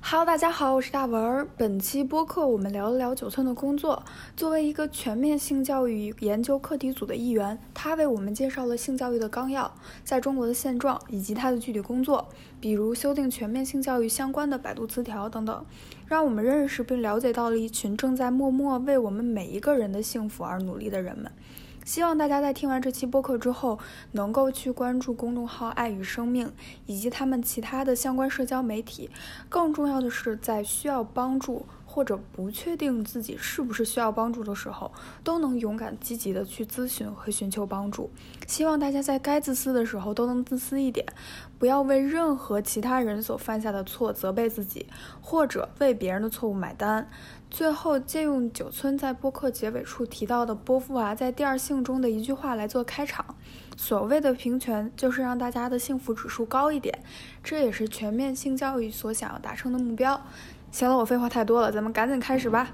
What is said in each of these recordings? Hello，大家好，我是大文儿。本期播客我们聊了聊九寸的工作。作为一个全面性教育研究课题组的一员，他为我们介绍了性教育的纲要、在中国的现状以及它的具体工作，比如修订全面性教育相关的百度词条等等，让我们认识并了解到了一群正在默默为我们每一个人的幸福而努力的人们。希望大家在听完这期播客之后，能够去关注公众号“爱与生命”以及他们其他的相关社交媒体。更重要的是，在需要帮助或者不确定自己是不是需要帮助的时候，都能勇敢积极的去咨询和寻求帮助。希望大家在该自私的时候都能自私一点，不要为任何其他人所犯下的错责备自己，或者为别人的错误买单。最后，借用九村在播客结尾处提到的波伏娃在《第二性》中的一句话来做开场：所谓的平权，就是让大家的幸福指数高一点，这也是全面性教育所想要达成的目标。行了，我废话太多了，咱们赶紧开始吧。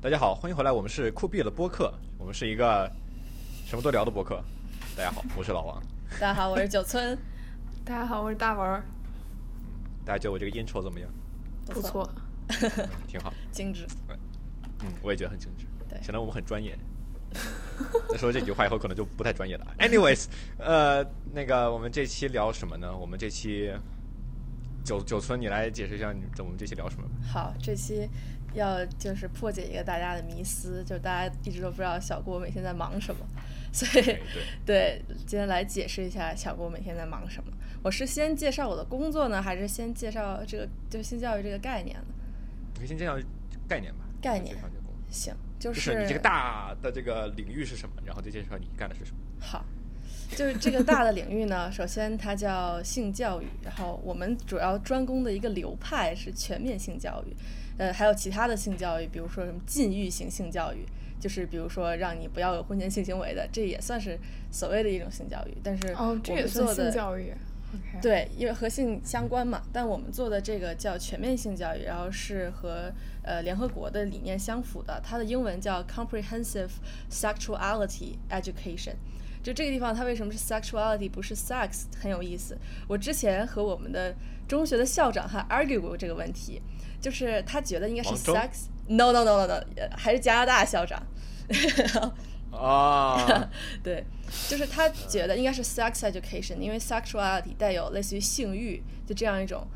大家好，欢迎回来，我们是酷毙了播客，我们是一个什么都聊的播客。大家好，我是老王。大家好，我是 九村，大家好，我是大文儿，大家觉得我这个 intro 怎么样？嗯不错，挺好，精致。嗯，我也觉得很精致。对显得我们很专业。 在说这句话以后，可能就不太专业了。Anyways，呃，那个我们这期聊什么呢？我们这期九九村，你来解释一下，你我们这期聊什 么吧？好，这期要就是破解一个大家的迷思，就是大家一直都不知道小郭每天在忙什么， 所对以对对今天来解释一下小郭每天在忙什么。我是先介绍我的工作呢，还是先介绍这个就性教育这个概念呢？你可以先介绍概念吧。概念介绍这个工作行，就就是你这个大的这个领域是什么，然后再介绍你干的是什么。好，就是这个大的领域呢，首先它叫性教育，然后我们主要专攻的一个流派是全面性教育，呃，还有其他的性教育，比如说什么禁欲型性教育，就是比如说让你不要有婚前性行为的，这也算是所谓的一种性教育。但是哦，这我也们算做性的教育。OK，，对，因为和性相关嘛。但我们做的这个叫全面性教育，然后是和呃联合国的理念相符的，它的英文叫 Comprehensive Sexuality Education。就这个地方，它为什么是 sexuality 不是 sex 很有意思。我之前和我们的中学的校长还 argue 过这个问题，就是他觉得应该是王中 sex。No no no no no，呃还是加拿大校长。 啊，对，就是他觉得应该是 sex education，因为 sexuality 带有类似于性欲，就这样一种，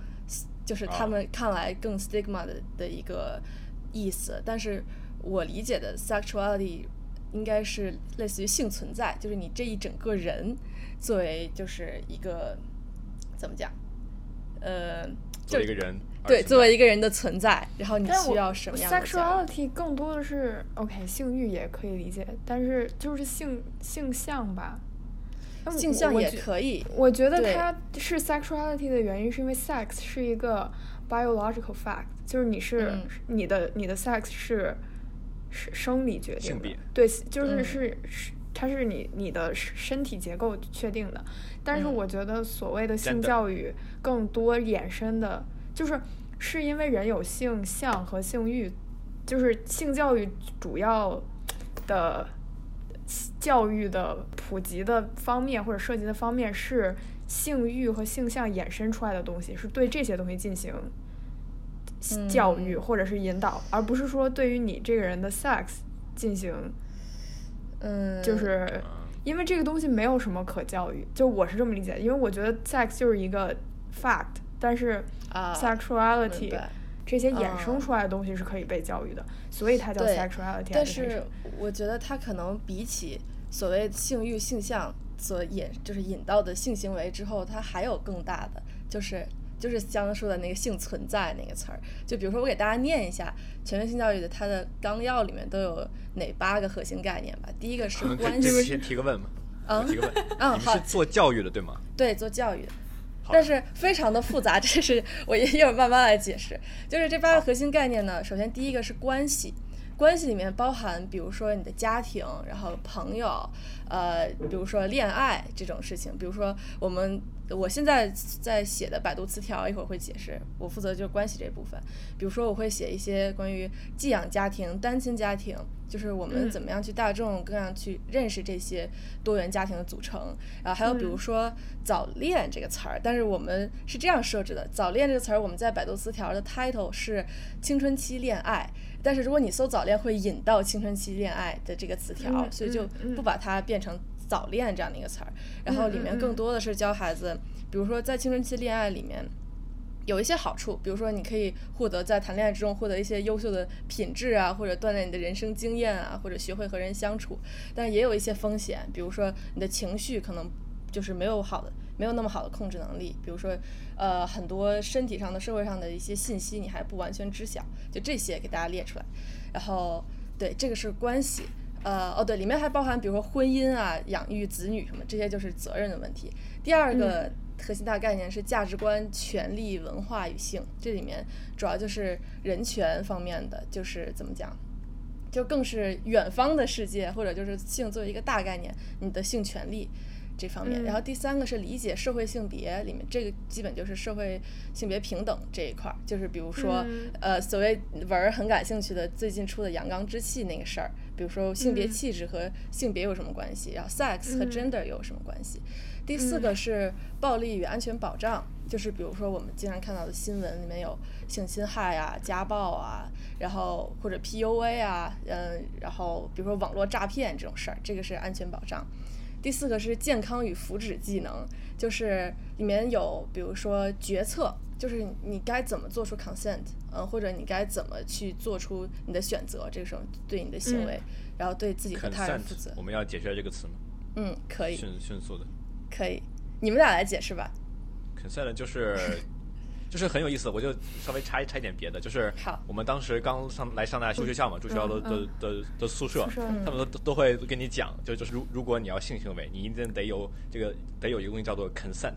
就是他啊们看来更 stigma 的的一个意思。但是我理解的 sexuality 应该是类似于性存在，就是你这一整个人作为就是一个怎么讲，呃，作为一个人，对，作一。为一个人的存在，然后你但需我要什么样的教育 sexuality 更多的是 OK，性欲也可以理解，但是就是性性向吧，那我性向我也觉可以，我觉得对它是 sexuality 的原因，是因为 sex 是一个 biological fact，就是你是、嗯你的你的 sex 是是生理决定性的别，对，就是嗯是是、它是你你的身体结构确定的。但是嗯我觉得所谓的性 Gender 教育更多衍生的，就是是因为人有性向和性欲，就是性教育主要的教育的普及的方面或者涉及的方面是性欲和性向衍生出来的东西，是对这些东西进行嗯教育或者是引导，而不是说对于你这个人的 sex 进行，嗯，就是嗯因为这个东西没有什么可教育，就我是这么理解的，因为我觉得 sex 就是一个 fact，但是啊 sexuality、明白这些衍生嗯出来的东西是可以被教育的，所以它叫对 sexuality education。但是我觉得他可能比起所谓性欲、性向所引，就是引到的性行为之后，他还有更大的，就是就是刚刚说的那个性存在那个词儿。就比如说，我给大家念一下全面性教育的它的纲要里面都有哪八个核心概念吧。第一个是我们这关这期系，先提个问嘛，嗯我提个问， 嗯你们好是做教育的对吗？对，做教育的。好但是非常的复杂， 这是我一会儿慢慢来解释。就是这八个核心概念呢，首先第一个是关系，关系里面包含比如说你的家庭，然后朋友，呃，比如说恋爱这种事情，比如说我们我现在在写的百度词条，一会儿会解释。我负责就是关系这部分，比如说我会写一些关于寄养家庭、单亲家庭，就是我们嗯怎么样去大众更样去认识这些多元家庭的组成。然后还有比如嗯说“早恋”这个词儿，但是我们是这样设置的：“早恋”这个词儿，我们在百度词条的 title 是“青春期恋爱”，但是如果你搜“早恋”，会引到“青春期恋爱”的这个词条，嗯所以就嗯嗯不把它变成“早恋”这样的一个词儿。然后里面更多的是教孩子，比如说在青春期恋爱里面。有一些好处，比如说你可以获得在谈恋爱之中获得一些优秀的品质啊，或者锻炼你的人生经验啊，或者学会和人相处。但也有一些风险，比如说你的情绪可能就是没有好的，没有那么好的控制能力，比如说呃很多身体上的、社会上的一些信息你还不完全知晓，就这些给大家列出来。然后对，这个是关系。呃，哦对，里面还包含比如说婚姻啊、养育子女什么，这些就是责任的问题。第二个嗯核心大概念是价值观、权利、文化与性，这里面主要就是人权方面的，就是怎么讲，就更是远方的世界，或者就是性作为一个大概念，你的性权利这方面。嗯然后第三个是理解社会性别里面，这个基本就是社会性别平等这一块儿，就是比如说、嗯呃，所谓文儿很感兴趣的最近出的阳刚之气那个事儿，比如说性别嗯气质和性别有什么关系，然后 sex 和嗯 gender 又有什么关系。第四嗯个是暴力与安全保障，就是比如说我们经常看到的新闻里面有性侵害啊、家暴啊，然后或者 PUA 啊，嗯，然后比如说网络诈骗这种事儿，这个是安全保障。第四个是健康与福祉技能，就是里面有比如说决策，就是你你该怎么做出 consent，嗯，或者你该怎么去做出你的选择，这个时候对你的行为，嗯然后对自己和他人负 consent，责我。们要解决这个词吗？嗯，可以，迅迅速的可以，你们俩来解释吧。 consent 就是就是很有意思，我就稍微插一插一点别的，就是好我们当时刚上来上大学住学校嘛，住学校的的嗯的的宿舍宿舍，他们都嗯都会跟你讲，就就是如如果你要性行为，你一定得有这个得有一个东西叫做 consent，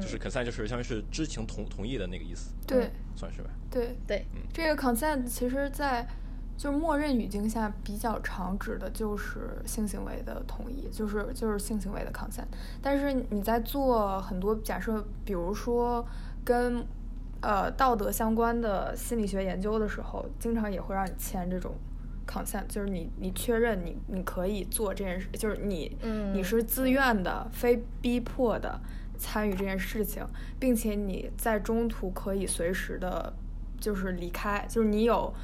就是嗯 consent 就是相当于是知情同同意的那个意思，对算是吧。对，对，这个 consent 其实在就是默认语境下比较常指的就是性行为的同意，就是就是性行为的 consent。但是你在做很多假设，比如说跟呃道德相关的心理学研究的时候，经常也会让你签这种 consent，就是你你确认你你可以做这件事，就是你、嗯你是自愿的，非逼迫的参与这件事情，并且你在中途可以随时的，就是离开，就是你有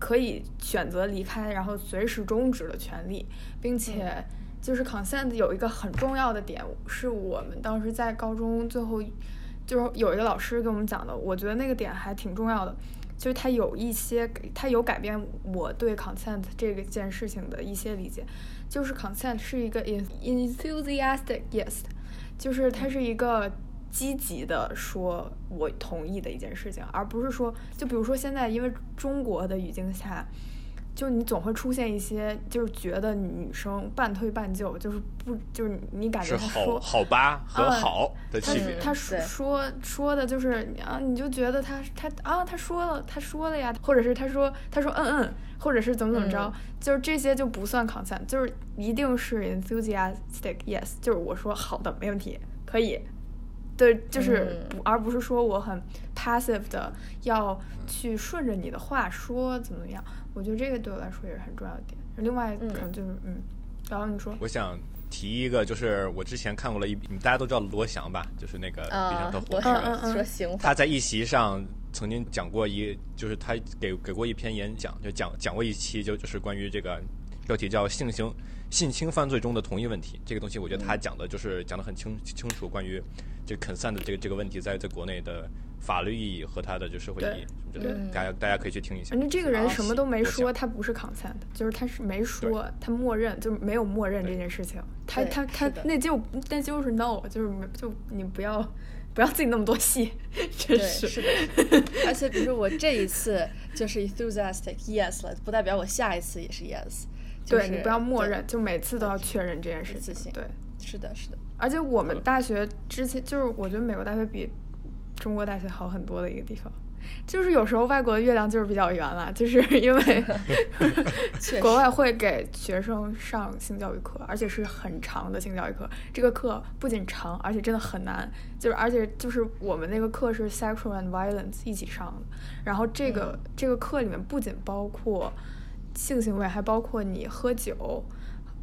可以选择离开，然后随时终止的权利，并且就是 consent 有一个很重要的点，是我们当时在高中最后就是有一个老师给我们讲的，我觉得那个点还挺重要的。就是它有一些，它有改变我对 consent 这个件事情的一些理解。就是 consent 是一个 en- enthusiastic yes，就是它是一个积极的说我同意的一件事情，而不是说，就比如说现在因为中国的语境下，就你总会出现一些就是觉得女生半推半就，就是不就是你感觉是她好说好吧嗯和啊好的他区别。他说对说说的就是啊，你就觉得他他啊，他说了他说了呀，或者是他说他说嗯嗯，或者是怎么怎么着，嗯就是这些就不算 consent，就是一定是 enthusiastic yes，就是我说好的，没问题，可以。对，就是嗯不，而不是说我很 passive 的要去顺着你的话说怎么样。我觉得这个对我来说也是很重要的点。另外，嗯可能就是嗯，然后你说，我想提一个，就是我之前看过了一，你们大家都知道罗翔吧，就是那个 B 呃啊站特，火我那个嗯嗯嗯说刑法他在一席上曾经讲过一，就是他给给过一篇演讲，就讲讲过一期就就是关于这个标题叫性行性侵犯罪中的同意问题。这个东西我觉得他讲的就是讲的很清清楚，关于这个 consent 的这个这个问题在在国内的法律意义和它的就社会意义什么之类的，大家大家可以去听一下。反嗯正这个人什么都没罗说，翔他不是 consent，就是他是没说，他默认就没有默认这件事情。他对他他是的那就那就是 no，就是没就你不要不要自己那么多戏， 真对，是。是的，而且比如说我这一次就是 enthusiastic yes 了，不代表我下一次也是 yes。对你不要默。认，对就每次都要确认这件事自情。信对，是的，是的，而嗯且我们大学之前就是，我觉得美国大学比中国大学好很多的一个地方，就是有时候外国的月亮就是比较圆了，就是 因为 确实国外会给学生上性教育课，而且是很长的性教育课。这个课不仅长，而且真的很难，就是而且就是我们那个课是 sexual and violence 一起上的，然后这个、嗯这个课里面不仅包括性行为，还包括你喝酒，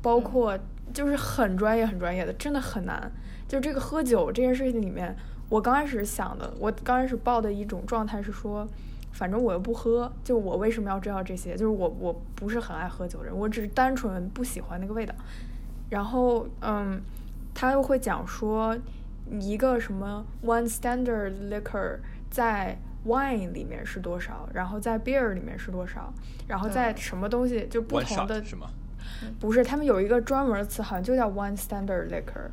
包括就是很专业很专业的，真的很难。就这个喝酒这件事情里面，我刚开始想的，我刚开始抱的一种状态是说，反正我又不喝，就我为什么要知道这些？就是我我不是很爱喝酒的人，我只是单纯不喜欢那个味道。然后嗯，他又会讲说一个什么 one standard liquor 在 wine 里面是多少，然后在 beer 里面是多少，然后在嗯什么东西就不 one 同的 shot 是吗？不是，他们有一个专门词，好像就叫 one standard liquor，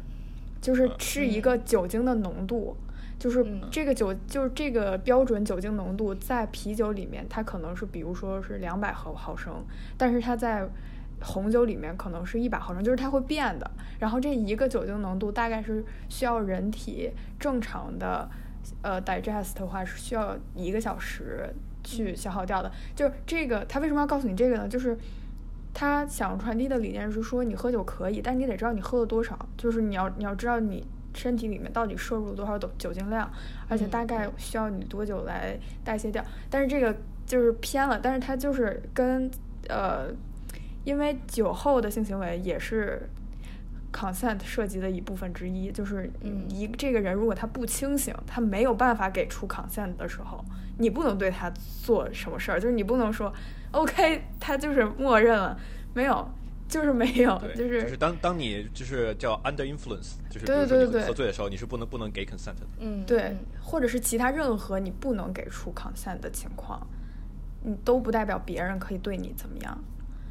就是是一个酒精的浓度，就是嗯这个酒就是这个标准酒精浓度在啤酒里面，它可能是比如说是两百毫毫升，但是它在红酒里面可能是一百毫升，就是它会变的。然后这一个酒精浓度大概是需要人体正常的呃 digest 的话是需要一个小时去消耗掉的。就是这个，他为什么要告诉你这个呢？就是他想传递的理念是说，你喝酒可以，但你得知道你喝了多少，就是你要你要知道你身体里面到底摄入了多少酒酒精量，而且大概需要你多久来代谢掉。但是这个就是偏了，但是它就是跟呃，因为酒后的性行为也是 consent 涉及的一部分之一，就是嗯一、这个人如果他不清醒，他没有办法给出 consent 的时候，你不能对他做什么事儿，就是你不能说 OK，他就是默认了，没有，就是没有，对，啊就。就是当当你就是叫 under influence，就是比对如对说你对喝醉的时候，你是不能不能给 consent 的。嗯，对嗯，或者是其他任何你不能给出 consent 的情况，你都不代表别人可以对你怎么样。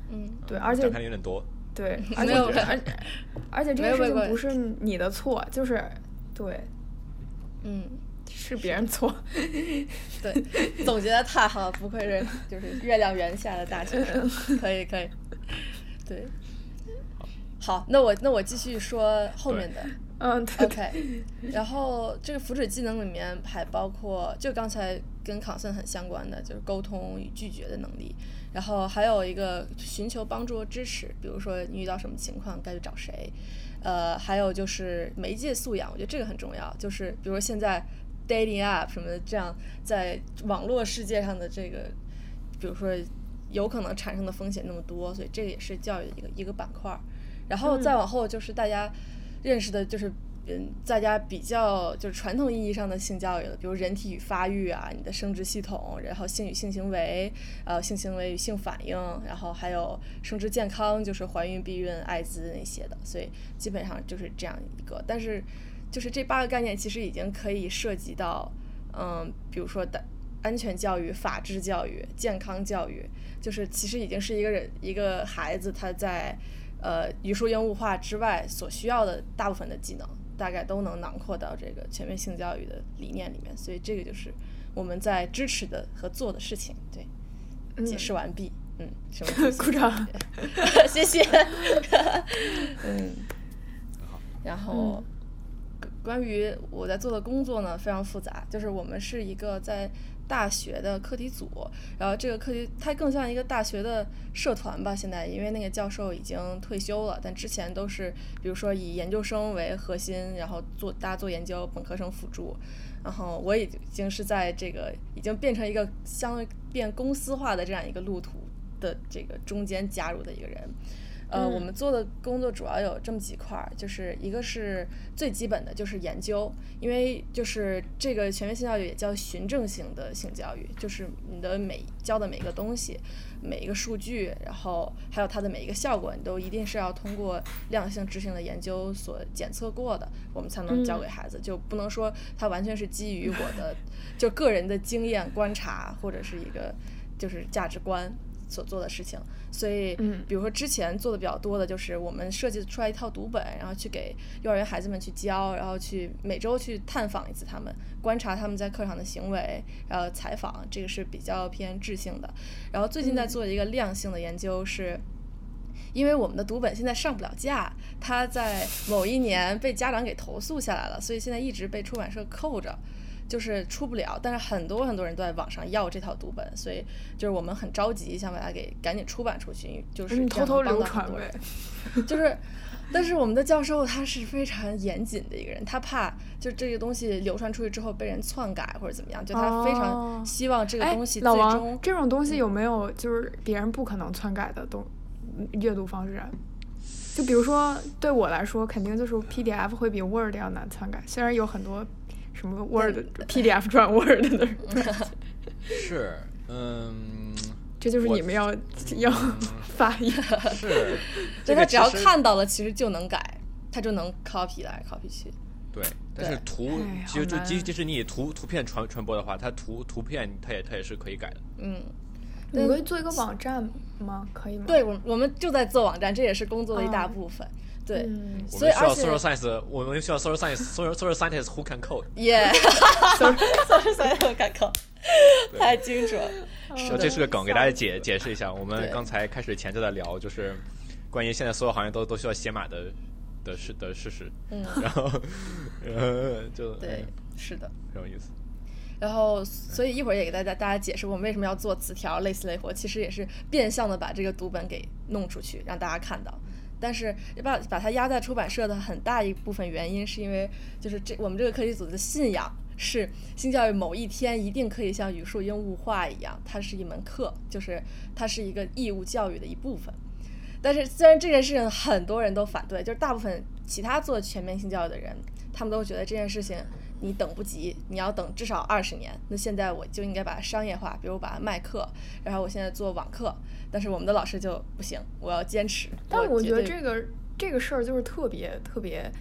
嗯，对，而且展开的有点多。对，而没且有而且而且这个没有事没情有不是你的错，就是对，嗯，是别人错。对，总结的太好了，不愧是就是月亮圆下的大学生，可以可以，对，好，那我那我继续说后面的，嗯，对 OK，然后这个福祉技能里面还包括，就刚才跟 consent 很相关的，就是沟通与拒绝的能力，然后还有一个寻求帮助和支持，比如说你遇到什么情况该去找谁，呃，还有就是媒介素养，我觉得这个很重要，就是比如说现在 dating app 什么的，这样在网络世界上的这个，比如说有可能产生的风险那么多，所以这个也是教育的一个一个板块儿。然后再往后就是大家认识的，就是嗯，大家比较就是传统意义上的性教育了，比如人体与发育啊，你的生殖系统，然后性与性行为，呃，性行为与性反应，然后还有生殖健康，就是怀孕、避孕、艾滋那些的，所以基本上就是这样一个。但是就是这八个概念其实已经可以涉及到，嗯，比如说的。安全教育、法治教育、健康教育，就是其实已经是一个人一个孩子他在呃语数英物化之外所需要的大部分的技能，大概都能囊括到这个全面性教育的理念里面。所以这个就是我们在支持的和做的事情。对，嗯解释完毕。嗯，什么？ 鼓掌。 谢 谢。嗯，然嗯后。关于我在做的工作呢，非常复杂。就是我们是一个在大学的课题组，然后这个课题它更像一个大学的社团吧。现在因为那个教授已经退休了，但之前都是比如说以研究生为核心，然后做大家做研究，本科生辅助。然后我已经是在这个已经变成一个相对变公司化的这样一个路途的这个中间加入的一个人。呃，嗯我们做的工作主要有这么几块儿，就是一个是最基本的，就是研究，因为就是这个全面性教育也叫循证型的性教育，就是你的每教的每一个东西，每一个数据，然后还有它的每一个效果，你都一定是要通过量性质性的研究所检测过的，我们才能教嗯给孩子，就不能说它完全是基于我的就个人的经验观察或者是一个就是价值观所做的事情。所以，嗯比如说之前做的比较多的就是我们设计出来一套读本，然后去给幼儿园孩子们去教，然后去每周去探访一次他们，观察他们在课上的行为，然后采访，这个是比较偏质性的。然后最近在嗯做一个量性的研究是。因为我们的读本现在上不了架，它在某一年被家长给投诉下来了，所以现在一直被出版社扣着。就是出不了，但是很多很多人都在网上要这套读本，所以就是我们很着急，想把它给赶紧出版出去，就是你这嗯偷样偷能帮流到很传多人呗。。 就是，但是我们的教授他是非常严谨的一个人，他怕就这个东西流传出去之后被人篡改或者怎么样，就他非哦常希望这个哎东西，最老终，王，这种东西有没有就是别人不可能篡改的东嗯阅读方式啊？就比如说，对我来说，肯定就是 PDF 会比 Word 要难篡改。虽然有很多什么 Word、PDF 转 Word 的人，是，嗯，这就是我你们要要发言。是这就个他只要其实看到了，其实就能改，他就能 copy 来 copy 去。对，但是对图哎其实好就难即啊即使你以图图片传传播的话，它图图片它也它也是可以改的。嗯，你会做一个网站吗？可以吗？对，我我们就在做网站，这也是工作的一大哦部分。对，嗯我所以们需而要且 social science，我们需要 social science social social scientist who can code。耶，所 以所以我敢靠，太精准了。哦呃，这是个梗，给大家解解释一下。我们对刚才开始前就在聊，就是关于现在所有行业都都需要写码的的事的事实。嗯，然后，呃，就对，是的。很有意思。然后，所以一会儿也给大家大家解释我们为什么要做词条，累死累活，其实也是变相的把这个读本给弄出去，让大家看到。但是把把它压在出版社的很大一部分原因，是因为就是这我们这个课题组的信仰是性教育某一天一定可以像语数英物化一样，它是一门课，就是它是一个义务教育的一部分。但是虽然这件事情很多人都反对，就是大部分其他做全面性教育的人，他们都觉得这件事情你等不及，你要等至少二十年。那现在我就应该把它商业化，比如把它卖课，然后我现在做网课，但是我们的老师就不行，我要坚持。但我我觉得绝对这个这个事儿就是特别特别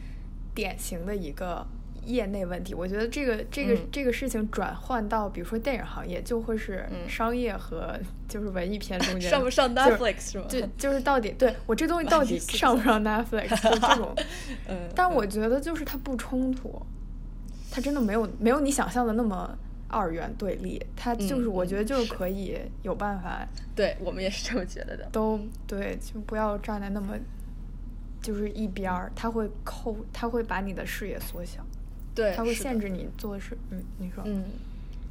典型的一个业内问题。我觉得这个这个、嗯这个事情转换到比如说电影行业，就会是嗯商业和就是文艺片中 间上不上就是 Netflix 是吗就就是到底对我这 东西到底 Netflix 上不上 Netflix 就这种， 嗯，但我觉得就是它不冲突，它真的没有没有你想象的那么。二元对立，它就是嗯我觉得嗯就是是可以有办法对我们也是这么觉得的。都对，就不要站在那么就是一边儿，他会扣，他会把你的视野缩小，对，他会是的限制你做的事。嗯，你说，嗯，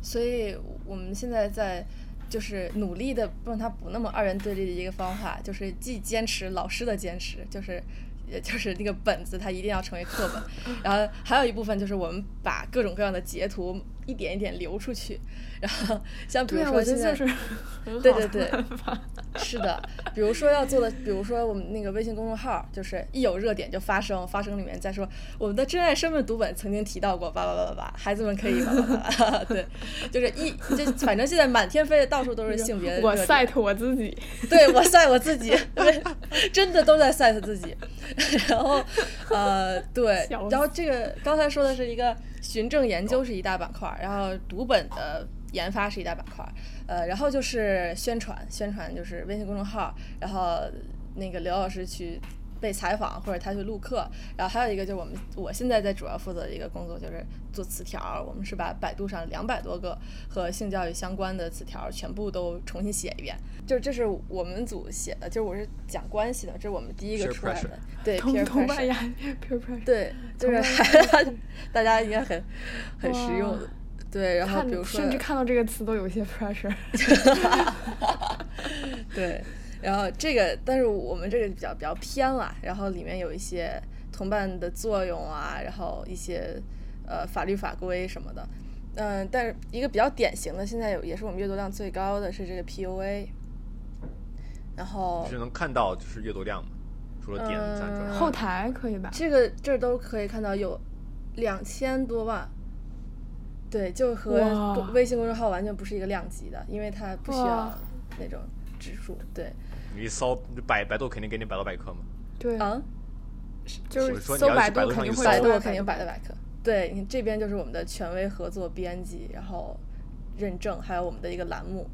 所以我们现在在就是努力的让它不那么二元对立的一个方法，就是既坚持老师的坚持，就是。也就是那个本子，它一定要成为课本，嗯然后还有一部分就是我们把各种各样的截图一点一点流出去，然后像比对如啊，我说觉得现在就是 很好对的对对办法 是的，比如说要做的，比如说我们那个微信公众号，就是一有热点就发声，发声里面再说我们的真爱生命读本曾经提到过，叭叭叭叭叭，孩子们可以叭叭叭叭，对，就是一就反正现在满天飞的到处都是性别的我热点 set 我自己，对我晒我自己， 真的都在晒自己。 然后，呃，对笑，然后这个刚才说的是一个循证研究是一大板块儿，然后读本的研发是一大板块儿，呃，然后就是宣传，宣传就是微信公众号，然后那个刘老师去。被采访或者他去录课，然后还有一个就是我们我现在在主要负责的一个工作就是做词条儿，我们是把百度上两百多个和性教育相关的词条儿全部都重新写一遍，就是这是我们组写的，就是我是讲关系的，这是我们第一个 Peer 出来 pressure 的，对同 peer 同伴 pressure，呀，peer pressure，对，就是 大家应该很很实用哇的，对，然后看比如说甚至看到这个词都有一些 pressure。 对，然后这个，但是我们这个比较比较偏了，然后里面有一些同伴的作用啊，然后一些呃法律法规什么的，嗯、但是一个比较典型的，现在有也是我们阅读量最高的是这个 PUA，然后就是能看到就是阅读量嘛，除了点赞转嗯发后台可以吧？这个这儿都可以看到有两千多万，对，就哇和公微信公众号完全不是一个量级的，因为它不需要哇那种指数，对，你一搜百百度肯定给你百度百 科嘛。对，嗯。就我是说你搜要去百百度度肯定上一会搜百搜度到肯定百百度百科。对，你这边就是我们的权威合作编辑，然后认证，还有我们的一个栏目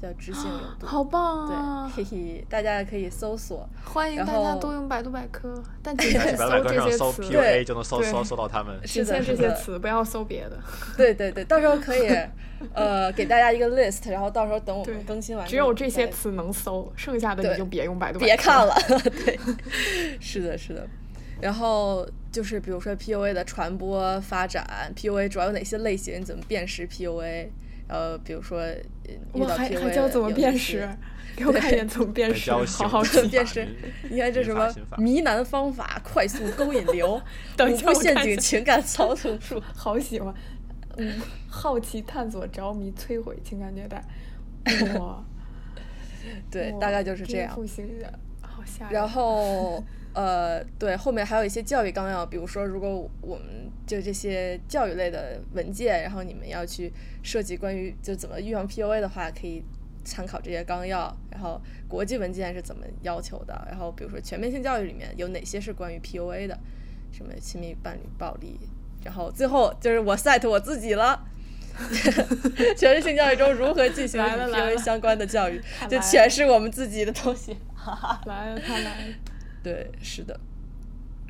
叫知性有度 度。好棒啊对，！嘿嘿，大家可以搜索。欢迎大然家后都用百度百科，但仅限百度百搜科这上些搜词， PUA 对就能搜对搜搜到他们。仅是的限这是些的词，不要搜别的。对对对，到时候 可以，呃，给大家一个 list，然后到时候等我对们更新完，只有这些再词能搜，剩下的你 对就别用百度百科。别看了。对，是的，是的。然后就是比如说 PUA 的传播发展，PUA 主要有哪些类型，怎么辨识 PUA，呃，比如说呃遇我到还 PUA 还教怎么有哪辨些识，给我看一 眼怎么辨识，教好刑好刑奇。啊法辨识民你看这什民法么刑法迷男方法、快速勾引流、 等一五下步我陷看一阱、下情感 操纵术。好喜 欢，嗯，好奇、探索、着迷、摧毁、情感 虐待，哇，对，哇大概就是这颠样覆。性的，好吓人。然 后呃，对，后面还有一些教育纲要，比如说，如果我们就这些教育类的文件，然后你们要去涉及关于就怎么预防 PUA 的话，可以参考这些纲要。然后国际文件是怎么要求的？然后比如说全面性教育里面有哪些是关于 PUA 的？什么亲密伴侣暴力？然后最后就是我 set 我自己了。 全面性教育中如何进行与来了来 PUA 了相关的教育，看就来全是我们自己的东西。啊来了，他来了，对，是的。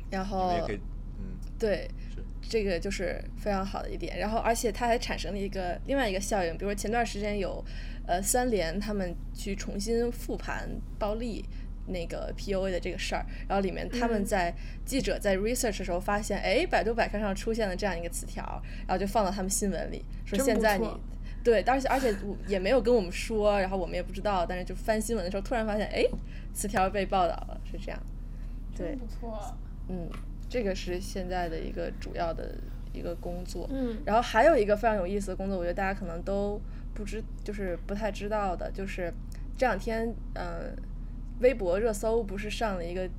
然你后们也可以，嗯，对，是这个就是非常好的一点。然后，而且它还产生了一个另外一个效应，比如说前段时间有，呃，三联他们去重新复盘暴力那个 PUA 的这个事儿，然后里面他们嗯在、记者在 research 的时候发现，哎，百度百科上出现了这样一个词条，然后就放到他们新闻里，说真现不在你错。对，而且而且我也没有跟我们说，然后我们也不知道，但是就翻新闻的时候突然发现，哎，词条被报道了，是这样。 对，不错，啊嗯，这个是现在的一个主要的一个工作。嗯，然后还有一个非常有意思的工作，我觉得大家可能都不知，就是不太知道的，就是这两天，嗯、微博热搜不是上了一个，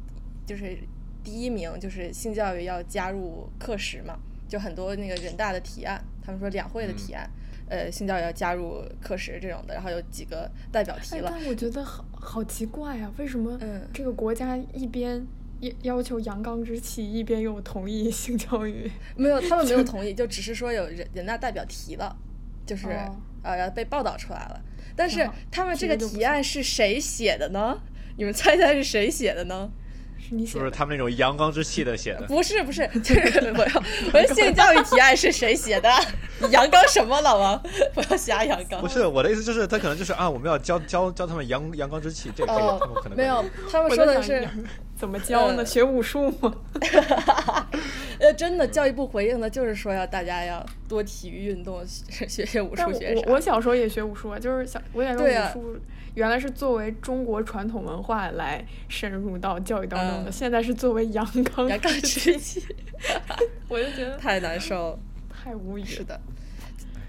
就是第一名，就是性教育要加入课时嘛，就很多那个人大的提案，他们说两会的提案，呃，性教育要加入课时这种的，然后有几个代表提哎，了，但我觉得好好奇怪呀、为什么嗯这个国家一边要要求阳刚之气，一边又同意性教育？ 没有，他们没有同意，就只是说有人人大代表提了，就是、哦呃，然后被报道出来了。但是好他们这这个个就不提错案是谁写的呢？你们猜猜是谁写的呢？是你是写不是的？他们那种阳光之气的写 的？不是不是，就是我要我要性教育提案是谁写 的？你阳刚什么老王？不要瞎阳刚。不是我的意思，就是他可能就是啊，我们要教教教他们阳阳光之气，这个可以他们哦可，能没有可以，他们我说在的想是你怎么教呢？呃学武术吗？呃，真的教育部回应的就是说要大家要多体育运动，学学学 武但术我学我啥我。小时候也学武术啊，就是小我小时候对啊武术原来是作为中国传统文化来渗入到教育当中的，嗯现在是作为阳刚阳刚之气我就觉得太难受了。太无语是了。的。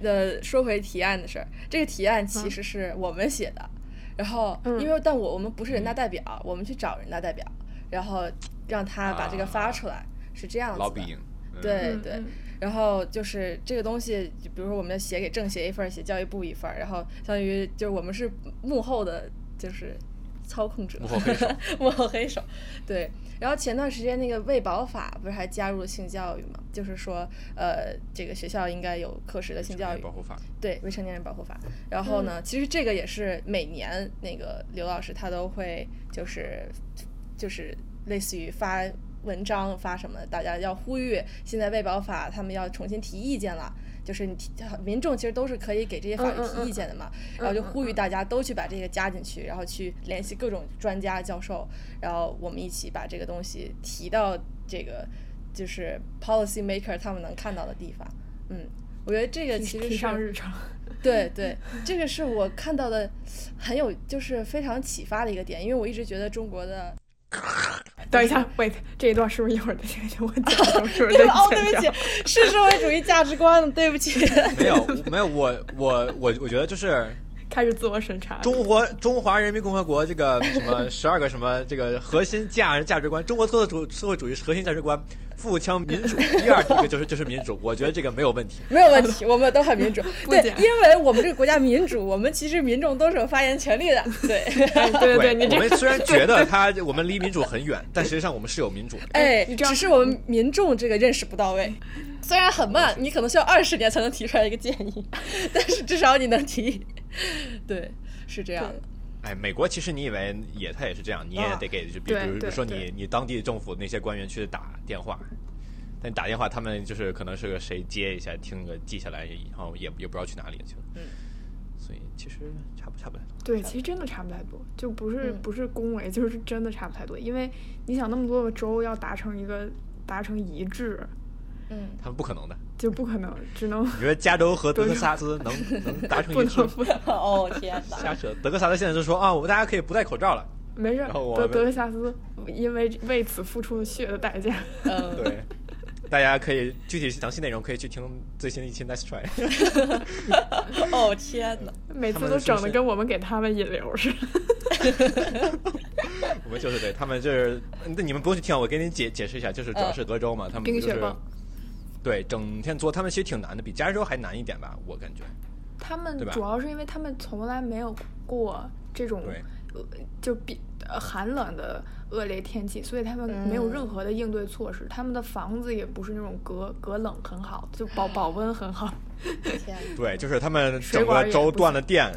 呃，说回提案的事儿，这个提案其嗯实是我们写的，然后嗯因为但我我们不是人嗯大代表，我们去找人大代表，然后让他把这个发出来，是这样子的。啊老比赢，嗯对嗯对，嗯然后就是这个东西，就比如说我们要写给政协一份儿，写教育部一份儿，然后相当于就是我们是幕后的，就是操控者，幕后黑手 幕后黑手对。然后前段时间那个卫保法不是还加入了性教育嘛？就是说，呃，这个学校应该有课时的性教育保，护 法，对未成年人保护法。然后嗯呢，其实这个也是每年那个刘老师他都会就是就是类似于发文章发什么的，大家要呼吁现在卫保法他们要重新提意见了。就是你提民众其实都是可以给这些法律嗯嗯提意见的嘛，然后就呼吁大家都去把这个加进去，然后去联系各种专家教授，然后我们一起把这个东西提到这个就是 policy maker 他们能看到的地方。嗯，我觉得这个提其实提是上日 程，对对，这个是我看到的很有就是非常启发的一个点，因为我一直觉得中国的等一下，wait，这一段是不是一会儿的？我讲的 时候是不是 对得哦，对剪不掉？起，是社会主义价值观，对不起。 没有没有，我我我我觉得就是开始自我审查。中国中华人民共和国这个什么十二个什么这个核心价价值观，中国特色主社会主义核心价值观，富强民主，第二第一个就是 就是民主，我觉得这个没有问题。没有问题，我们都很民 主。不对，讲因为我们这个国家民主，我们其实民众都是有发言权利的。对，哎对对对，你我这们虽然觉得他我们离民主很远，但实际上我们是有民主的。 哎，你这样只是我们民众这个认识不到位，虽然很慢，你可能需要二十年才能提出来一个建议， 但是至少你能提。 对，是这样的。哎，美国其实你以为也他也是这样，你也得给，就比对比如比哦对如说对你你当地政府那些官员去打电话，但打电话他们就是可能是个谁接一下，听个记下来，然后也也不知道去哪里去了。嗯所以其实差不差不太多。对，其实真的差不太多，就不是、嗯不是恭维，就是真的差不太多。因为你想那么多个州要达成一个达成一致，嗯，他们不可能的。就不可能，只能你觉得加州和德克萨斯能能达成不一致能吗？不 哦天哪！瞎扯。德克萨斯现在就说啊，我们大家可以不戴口罩了。没事儿然后。我德们德克萨斯因为为此付出了血的代价，嗯，对，大家可以具体详细内容可以去听最新的一期 Nice Try。哦天哪！每他次们都是整的谁跟我们给他们引流似的。我们就是对他们就是，那你们不用去听啊，我给你解解释一下，就是主要是德州嘛，他们冰就雪是棒对整天做，他们其实挺难的，比加州还难一点吧，我感觉。他们对吧主要是因为他们从来没有过这种对呃就比呃寒冷的恶劣天气，所以他们没有任何的应对措施。他们的房子也不是那种隔隔冷很好，就 保保温很好。天 哪！对，就是他们水整管个儿也州不断了电，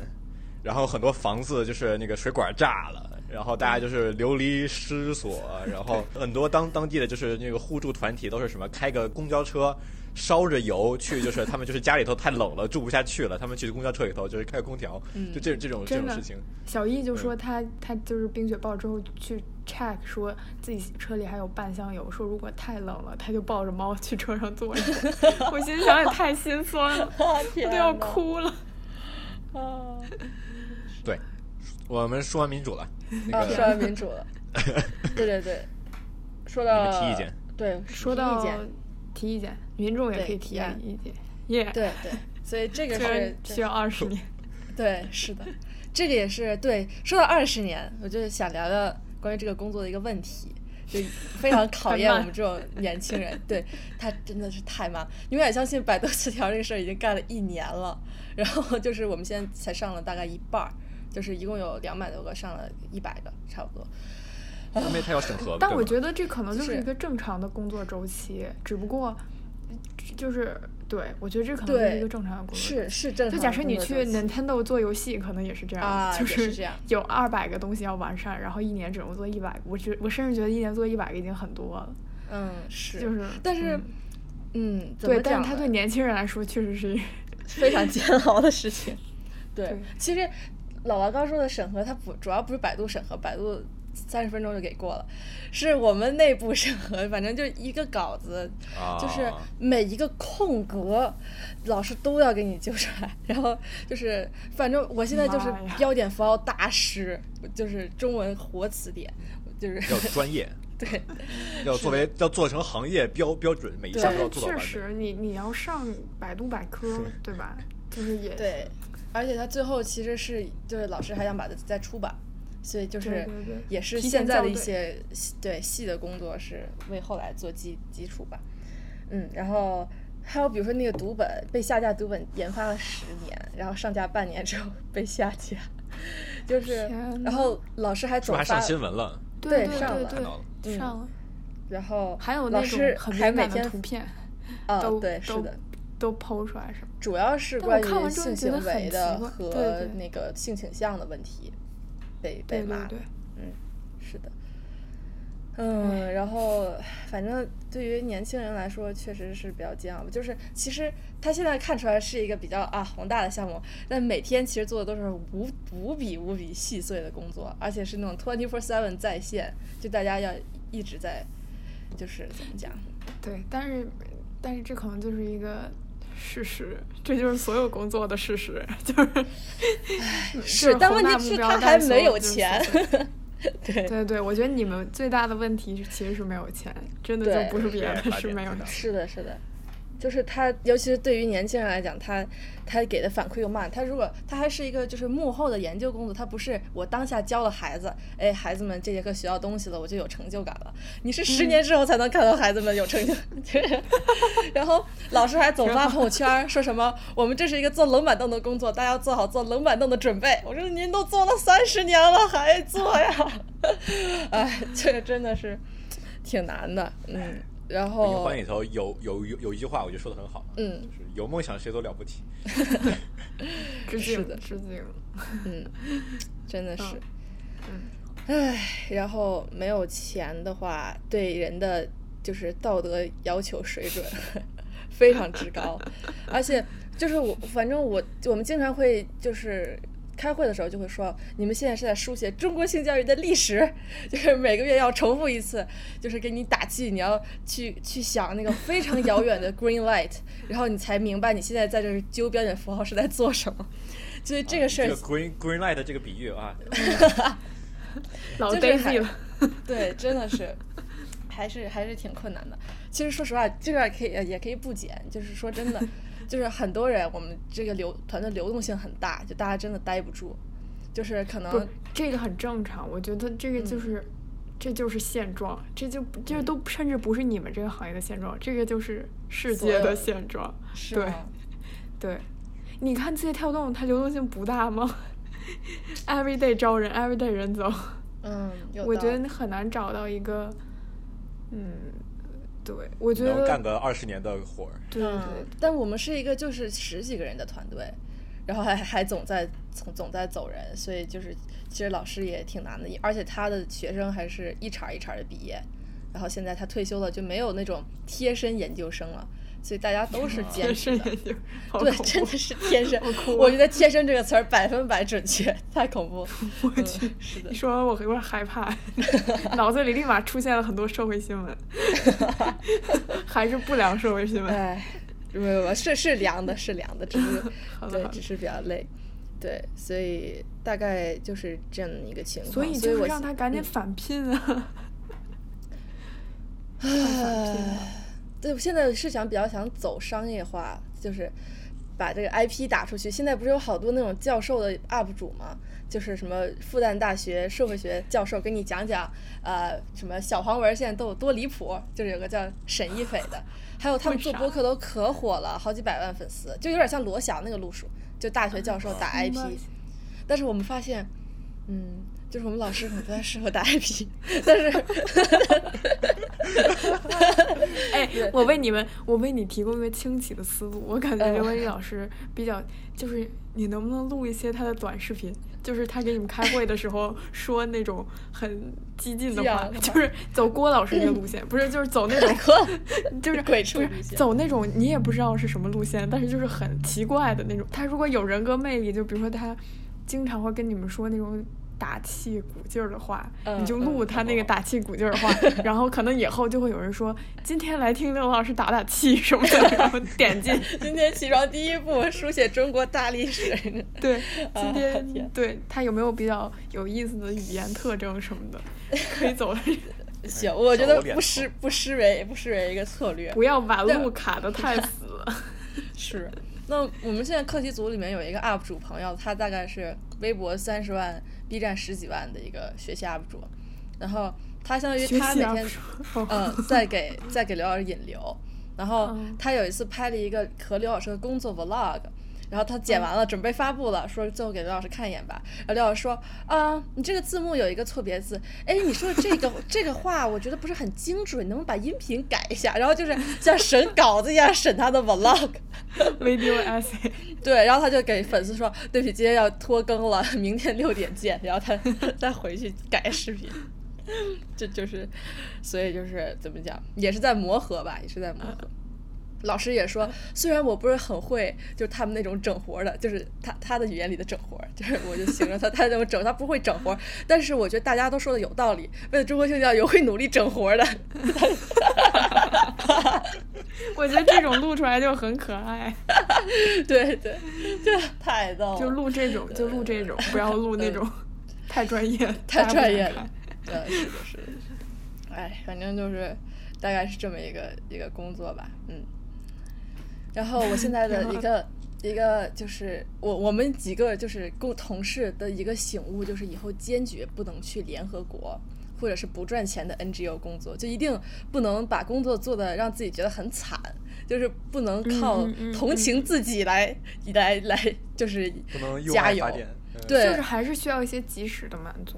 然后很多房子就是那个水管炸了，然后大家就是流离失所，然后很多当当地的就是那个互助团体都是什么开个公交车。烧着油去，就是他们就是家里头太冷了，住不下去了，他们去公交车里头就是开空调，就这这种这嗯真种的事情，小易嗯就说他他就是冰雪暴之后去 check 说自己车里还有半箱油，说如果太冷了，他就抱着猫去车上坐 一会儿。我心想也太心酸了，我天 都要哪哭了。啊！对，我们说完民主了，那啊，个说完民主 了，对对对，说你到们提意见，对，说提到意见，提意见，民众也对可以提呀意见，耶、对对，所以这个虽然是需要二十年，对，是的，这个也是对。说到二十年，我就想聊聊关于这个工作的一个问题，就非常考太验我慢们这种年轻人。对他真的是太慢，你们敢相信百度词条这个事儿已经干了一年了，然后就是我们现在才上了大概一半儿，就是一共有两百多个，上了一百个差不多。因为它要审核，但我得觉得这可能就是是一个正常的工作周期，只不过就是对我觉得这可能对是一个正常的工作。是是正常的工作周期。就假设你去 Nintendo 做游戏，可能也是这样，啊就也是这样有二百个东西要完善，然后一年只能做一百。我觉我甚至觉得一年做一百个已经很多了。嗯是，就是但是嗯嗯，怎对，么但讲是它呢对年轻人来说确实是一个非常煎熬的 事情。对，对其实老王刚说的审核，它不主要不是百度审核，百度三十分钟就给过了，是我们内部审核，反正就一个稿子，啊，就是每一个空格，老师都要给你揪出来，然后就是反正我现在就是妈呀标点符号大师，就是中文活词典，就是要 专业，对要作为要做成行业标标准，每一项但都 要是做到确完实美。你，你要上百度百科，对吧？就是也对，而且他最后其实是就是老师还想把它再出版，所以就是对对对也是提前现在校的一对些细对细的工作是为后来做基基础吧。嗯，然后还有比如说那个读本被下架，读本研发了十年，然后上架半年之后 被下架，就是天然后老师还是不总是还发上，新闻了？对对上了对看到了对，上了。然后还有那老种师很还敏每感的天图片，啊、都对是都的，都剖出来什么？主要是但我关看于完之后性觉得行为很的奇怪和对对那个性倾向的问题被被对对骂对，嗯，是的，嗯，然后反正对于年轻人来说，确实是比较煎熬。就是其实他现在看出来是一个比较啊宏大的项目，但每天其实做的都是无无比无比细碎的工作，而且是那种 twenty four seven 在线，就大家要一直在，就是怎么讲，，对，但是但是这可能就是一个事实，这就是所有工作的事实， 就是就是但问宏大题目是标他但还是所没有就是钱琐碎 对。 对对，我觉得你们最大的问题是其实是没有钱，真的对就不是别对的，是对没有对钱。是的，是的，就是他，尤其是对于年轻人来讲，他他给的反馈又慢。他如果他还是一个就是幕后的研究工作，他不是我当下教了孩子，哎，孩子们这节课学到东西了，我就有成就感了。你是十年之后才能看到孩子们有成就，就是 然后老师还总发朋友圈儿说什么我们这是一个坐冷板凳的工作，大家要做好坐冷板凳的准备。我说您都做了三十年了还做呀， 哎，这个真的是挺难的，嗯。然《银后环》里头有有有有一句话，我觉得说的很好，嗯就是有梦想谁都了不起。致是敬的，致 敬。 嗯，真的是，嗯唉，然后没有钱的话，对人的就是道德要求水准 非常之高，而且就是我，反正我我们经常会就是开会的时候就会说，你们现在是在书写中国性教育的历史， 就是每个月要重复一次，就是给你打气，你要去去想那个非常遥远的 green light，然后你才明白你现在在这儿揪标点符号是在做什么。所以这个事儿、啊这个 green green light 这个比喻啊，老就是还 Daisy 了， 对，真的是，还是还是挺困难的。其实说实话，这个可以呃也可以不减，就是说 真的，就是很多人我们这个流团队流动性很大，就大家真的待不住，就是可不是能这个很正常，我觉得这个嗯就是。这就是现状，这就不这都甚至不是你们这个行业的现状，这个就是世所界有的的现状。是对吗对，你看字节跳动，它流动性不大吗？Every day 招人，Every day 人走，嗯，有我道觉得理你很难找到一个，嗯，对，我觉能得干个二十年的活儿。对对对嗯，但我们是一个就是十几个人的团队，然后还还总在总总在走人，所以就是其实老师也挺难的，而且他的学生还是一茬儿一茬的毕业，然后现在他退休了就没有那种贴身研究生了，所以大家 都是兼也是职的。研究， 好对，恐真怖的是天生我哭，我了觉得“贴身”这个词儿百分百准确，太恐怖。 我去、是的你，说完我有点害怕， 脑子里立马出现了很多社会新闻，还是不良社会新闻。 哎，没有，没有是是凉的，是凉的，只是 好的对好，的只是比较累，对，所以大概就是这样的一个情况。所所以就是我嗯让他赶紧返聘 啊！嗯啊对，我现在是想比较想走商业化，就是把这个 IP 打出去。现在不是有好多那种教授的 UP 主吗？就是什么复旦大学社会学教授跟你讲讲，呃，什么小黄文现在都有多离谱，就是有个叫沈一斐的，还有他们做播客都可火了，好几百万粉丝，就有点像罗翔那个路数，就大学教授打 IP，、但是我们发现，嗯，就是我们老师可能不太适合打 IP，但是 哎，我为你们，我为你提供一个清奇的思路。我感觉嗯刘文丽老师比较，就是你能不能录一些他的短视频？就是他给你们开会的时候说那种很激进的激话昂的，话就是走郭老师那个路线，不是就是走那 种就是鬼畜不是路线走那种你也不知道是什么路线，但是就是很奇怪的那种。他如果有人格魅力，就比如说他经常会跟你们说那种打气鼓劲儿的话，嗯你就嗯录他那个打气鼓劲儿 的话，然后可能以后就会有人说今天来听刘老师打打气什么的，然后点 进今天起床第一步，书写中国大历史。对啊今天天对他有没有比较有意思的语言特征什么的，可以 走，哎行，我觉得小脸不哦失不失为不失为一个策略。不要把对路卡的太死了。是，那我们现在课题组里面有一个 UP 主朋友，他大概是微博三十万、B 站十几万的一个学习 UP 主，然后他相当于学他习啊每 UP 天主嗯在给在给刘老师引流，然后嗯他有一次拍了一个和刘老师的工作 vlog。然后他剪完了，准备发布了，说最后给刘老师看一眼吧。然后刘老师说：“啊，你这个字幕有一个错别字，哎，你说的这个 这个话，我觉得不是很精准，你能不能把音频改一下？”然后就是像审稿子一样审他的 vlog。 video essay，对，然后他就给粉丝说：“对不起，今天要拖更了，明天六点见。”然后他再回去改视频， 这就是，所以就是怎么讲，也是在磨合吧，也是在磨合。 老师也说，虽然我不是很会，就是他们那种整活儿的，就是他他的语言里的整活儿，就是我就形容他他那种整，他不会整活儿，但是我觉得大家都说的有道理，为了中国性教育，我会努力整活儿的。 我觉得这种录出来就很可爱，对对， 这太逗了，就录这种就录这种，不要录那种太专业了， 太大家不专想业了看。对，是的，是的。哎，反正就是大概是这么一个一个工作吧，嗯。然后我现在 的一个一个就是我我们几个就是共同事的一个醒悟，就是以后坚决不能去联合国。或者是不赚钱的 NGO 工作，就一定不能把工作做的让自己觉得很惨，就是不能靠嗯嗯嗯同情自己来、来来，就是不能用加爱油发电。嗯对就是还是需要一些及时的满足，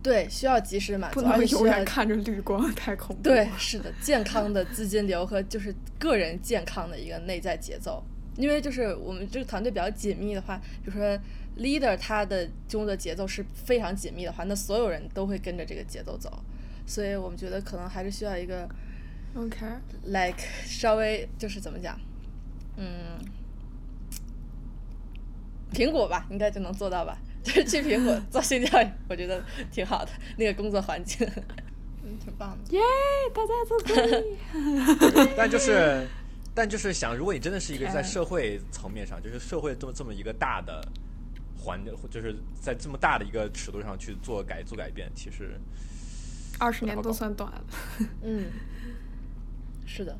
对需要及时满足，不而能且需永要远看着绿光，太恐怖。对，，是的，健康的资金流和就是个人健康的一个内在节奏。因为就是我们这个团队比较紧密的话，比如说 leader 他的中的节奏是非常紧密的话，那所有人都会跟着这个节奏走。所以我们觉得可能还是需要一个 OK， like 稍微就是怎么讲，嗯，苹果吧，应该就能做到吧。就是去苹 果做性教育，我觉得挺好的，那个工作环境，嗯，挺棒的。耶、大家做公益。但就是，但就是想，如果你真的是一个在天社会层面上，就是社会这么这么一个大的环，就是在这么大的一个尺度上去做改做改变，其实 二十年好都搞算短了， 嗯，哎是的。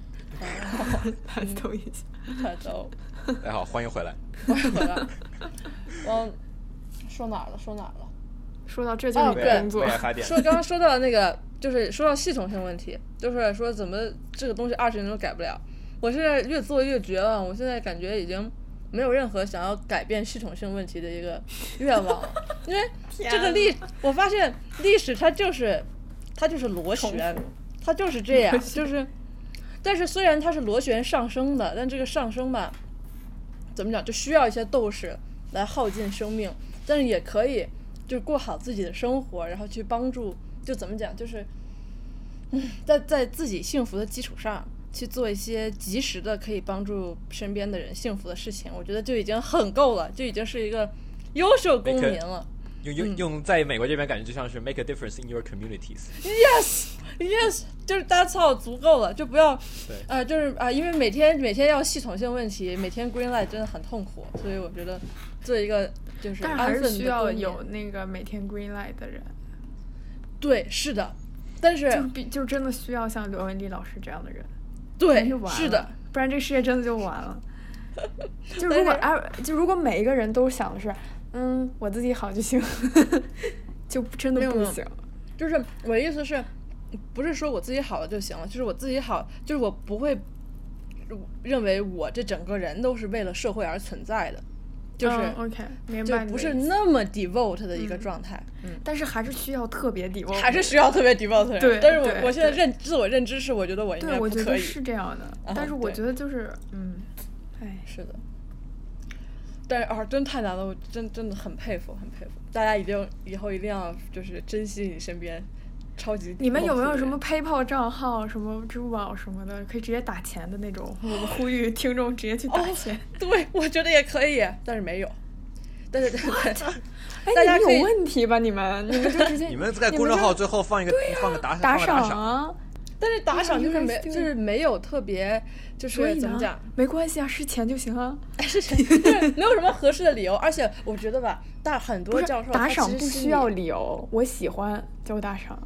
嗯来抖一下。快走，大哎家好，欢迎回来。我也回来 了。我说哪儿了？说哪儿了？说到这就是哦你为的爱工作为，爱发电，说刚刚说到那个，就是说到系统性问题，就是说怎么这个东西二十年都改不了。我现在越做越绝望，我现在感觉已经没有任何想要改变系统性问题的一个愿望了，因为这个历，我发现历史它就是它就是螺旋，它就是 这样，就是。但是虽然它是螺旋上升的，但这个上升吧，怎么讲，就需要一些斗士来耗尽生命，但是也可以就是过好自己的生活，然后去帮助，就怎么讲，就是嗯，在在自己幸福的基础上去做一些及时的可以帮助身边的人幸福的事情，我觉得就已经很够了，就已经是一个优秀公民了。用嗯用用，在美国这边感觉就像是 make a difference in your communities。 Yes, yes，就是大家操足够了，就不要对，呃，就是啊、因为每天每天要系统性问题，每天 green light 真的很痛苦，所以我觉得做一个就是但是安还分的是需要公民有那个每天 green light 的人，对，是的，但是就比就真的需要像刘文丽老师这样的人，对那就，完了是的，，不然这世界真的就完了。就但如果是哎，就如果每一个人都想的是，嗯，我自己好就行， 就真没的有不没有行。就是我的意思是，不是说我自己好了就行了，就是我自己好，就是我不会认为我这整个人都是为了社会而存在的，就是、嗯 OK，明就白你的意思。不是那么 devote 的一个状态，嗯但是还是需要特别底。还是需要特别 devote 的人。对但是我对我现在对认自我认知是，我觉得我应该对，不我觉可得以，是这样的。啊但是我对觉得就是，嗯，哎，是的。但是啊，真太难了，我真真的很佩服，很佩服。大家一定以后一定要就是珍惜你身边超级你们有没 devote 有的什人么 PayPal 账号、什么支付宝什么的，可以直接打钱的那种？我们呼吁听众直接去哦打钱。对，我觉得也可以，但是没有。但是哎，大家你可们以有问题吧？你们，你们就直接你们在公众号就最后放一个啊放个打打赏，放赏个打赏，啊， 但是打赏就是没 guys 就 do 是没有特别就所以呢是怎么 讲，没关系啊，是钱就行啊。是是就是没有什么合适的理由，而且我觉得吧，大很不多是教授打他其赏实不心需里要理由，我喜欢就打赏。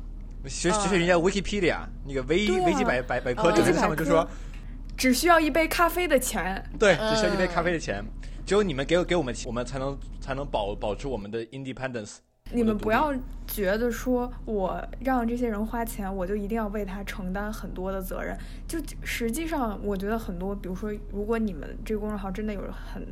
学学学人家 Wikipedia 那个维嗯对啊维基百百百科嗯整维个基上面百科就说，只需要一杯咖啡的钱，对，只需要一杯咖啡的钱，只有你们给我给我们钱，我们才能才能保保持我们的 independence。你们不我要的觉得说我让这些人花钱，我就一定要为他承担很多的责任。就实际上，我觉得很多，比如说，如果你们这个公众号真的有很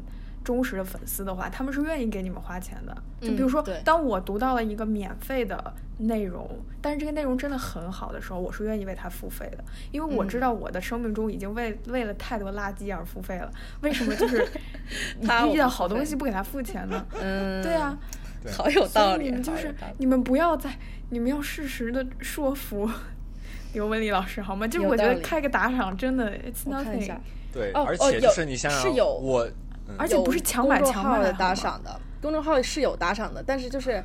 忠实的粉丝的话，他们是愿意给你们花钱的。就比如嗯说，对当我读到了一个免费的内容，但是这个内容真的很好的时候，我是愿意为它付费的，因为我知嗯道我的生命中已经为为了太多垃圾而付费了。为什么就是 你他我遇到不好付东费西不给他付钱呢？嗯，对啊，，对好有道所以理，啊你们就好有是道理你们不要再，你们要适时的说服 刘文丽老师好吗？就是有我觉道得理开个打赏真的，it's 我看一 nothing 下。，对，哦而哦且就有是你想想，是有我，嗯而且不是强买有公众强卖号的的好打吗赏的，公众号是有打赏的，但是就是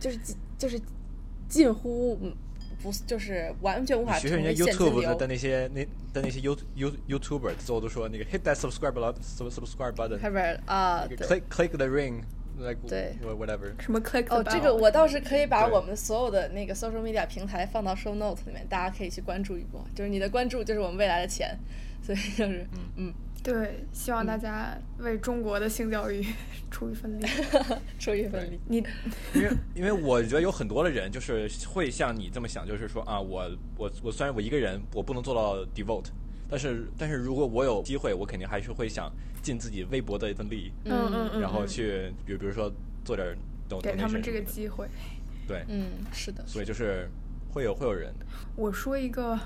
就是就是近乎嗯不就是完全无你法学成学为人家现金 YouTube 流的的那些那的那些 You You YouTuber，最后都说那个 hit that subscribe button subscribe 开 button，click 本啊，对 click the ring，like 对 whatever。什么 click 哦， the 这 bell 个我倒是可以把对我们所有的那个 social media 平台放到 show note 里面，大家可以去关注一波。就是你的关注就是我们未来的钱，所以就是嗯，对，希望大家为中国的性教育 出一 份力。出一份力。你因为因为我觉得有很多的人就是会像你这么想，就是说啊，我我我虽然我一个人我不能做到 devote，但是但是如果我有机会，我肯定还是会想尽自己微薄的一份力，嗯嗯嗯，然后嗯去比如比如说做点儿 don- 给他 donation 们这个什么的机会。对，嗯，是的，所以就是会有会有人我说一个，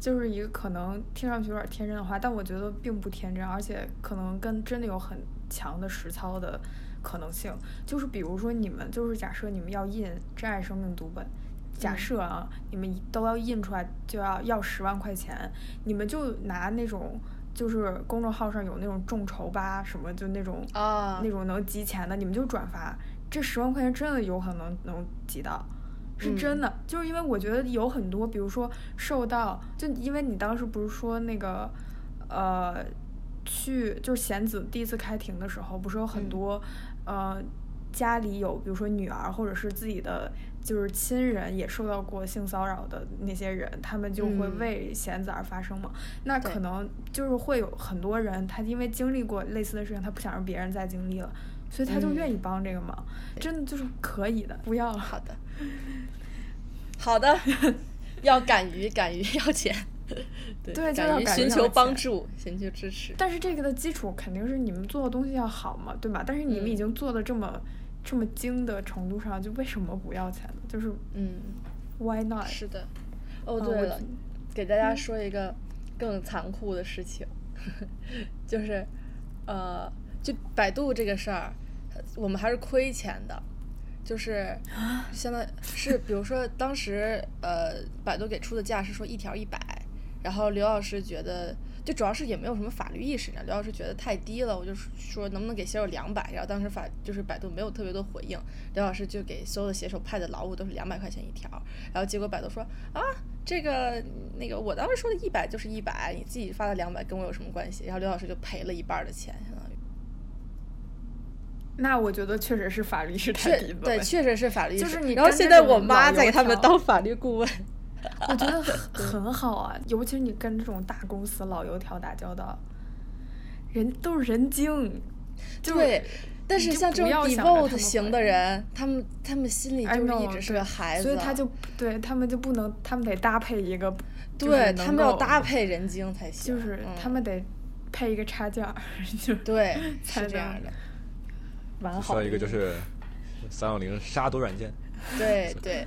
就是一个可能听上去有点天真的话，但我觉得并不天真，而且可能跟真的有很强的实操的可能性。就是比如说你们，就是假设你们要印《珍爱生命》读本。假嗯设啊，你们一都要印出来，就要要十万块钱，你们就拿那种就是公众号上有那种众筹吧，什么就那种啊那种能集钱的，你们就转发，这十万块钱真的有可能能集到。是嗯真的，就是因为我觉得有很多，比如说受到，就因为你当时不是说那个，呃，去就是贤子第一次开庭的时候，不是有很嗯多，呃，家里有比如说女儿或者是自己的就是亲人也受到过性骚扰的那些人，他们就会嗯为贤子而发声嘛。那对可能就是会有很多人，他因为经历过类似的事情，他不想让别人再经历了，所以他就嗯愿意帮这个忙，真的就是可以的，不要好的，好的， 要敢于敢于要钱，对对就要敢于敢于寻要求帮钱助，寻求支持。但是这个的基础肯定是你们做的东西要好嘛，对吧？但是你们嗯已经做的这么、这么精的程度上，就为什么不要钱呢？就是嗯， why not？是的。哦，嗯对我了，给大家说一个更残酷的事情，就是呃，就百度这个事儿，我们还是亏钱的。就是相当是，比如说当时呃，百度给出的价是说一条一百，然后刘老师觉得，就主要是也没有什么法律意识呢。刘老师觉得太低了，我就说能不能给写手两百。然后当时法就是百度没有特别多回应，刘老师就给所有的写手派的劳务都是两百块钱一条。然后结果百度说啊，这个那个我当时说的一百就是一百，你自己发的两百跟我有什么关系？然后刘老师就赔了一半儿的钱，相当于。那我觉得确实是法律是太低确了。对，确实是法律意识。就是你然后跟现这在种我老妈油在给他们条当法律 顾问。我觉 得很很好啊，尤其是你跟这种大公司老油条打交道，人都是人精，就是对，但你是就像不这种要想着他们 devote 型的坏人，他们他们心里就 I 是 know，一直是对个孩子，所以他就对他们就不能，他们得搭配一个，就是对能他们要够搭，配人精才行，就是嗯他们得配一个插件儿，就是对 才是这能样的，完好说的一个就种是三六零杀毒软件，对对，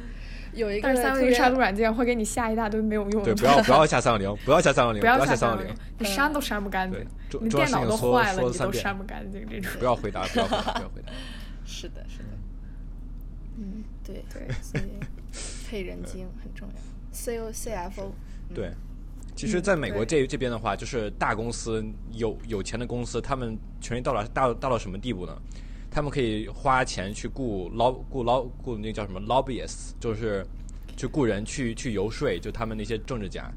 有一但个是三特六零别杀毒软件会给你下一大堆没有用的，对，不要不要下三六零，不要下三六嗯不零，不要下三六六零，，你删都删不干净对，重你重要电事脑情都说坏了，说你三都遍删不干净这种。不要回答，不要回答，不要回答。是的，是的，嗯，对对所以配人精很重要，C O C F O，嗯对，其实在美国嗯对这这边的话，就是大公司有有钱的公司，他们权力到达大大到什么地步呢？他们可以花钱去雇捞雇捞雇那叫什么 lobbyists，就是去雇人去去游说，就他们那些政治家，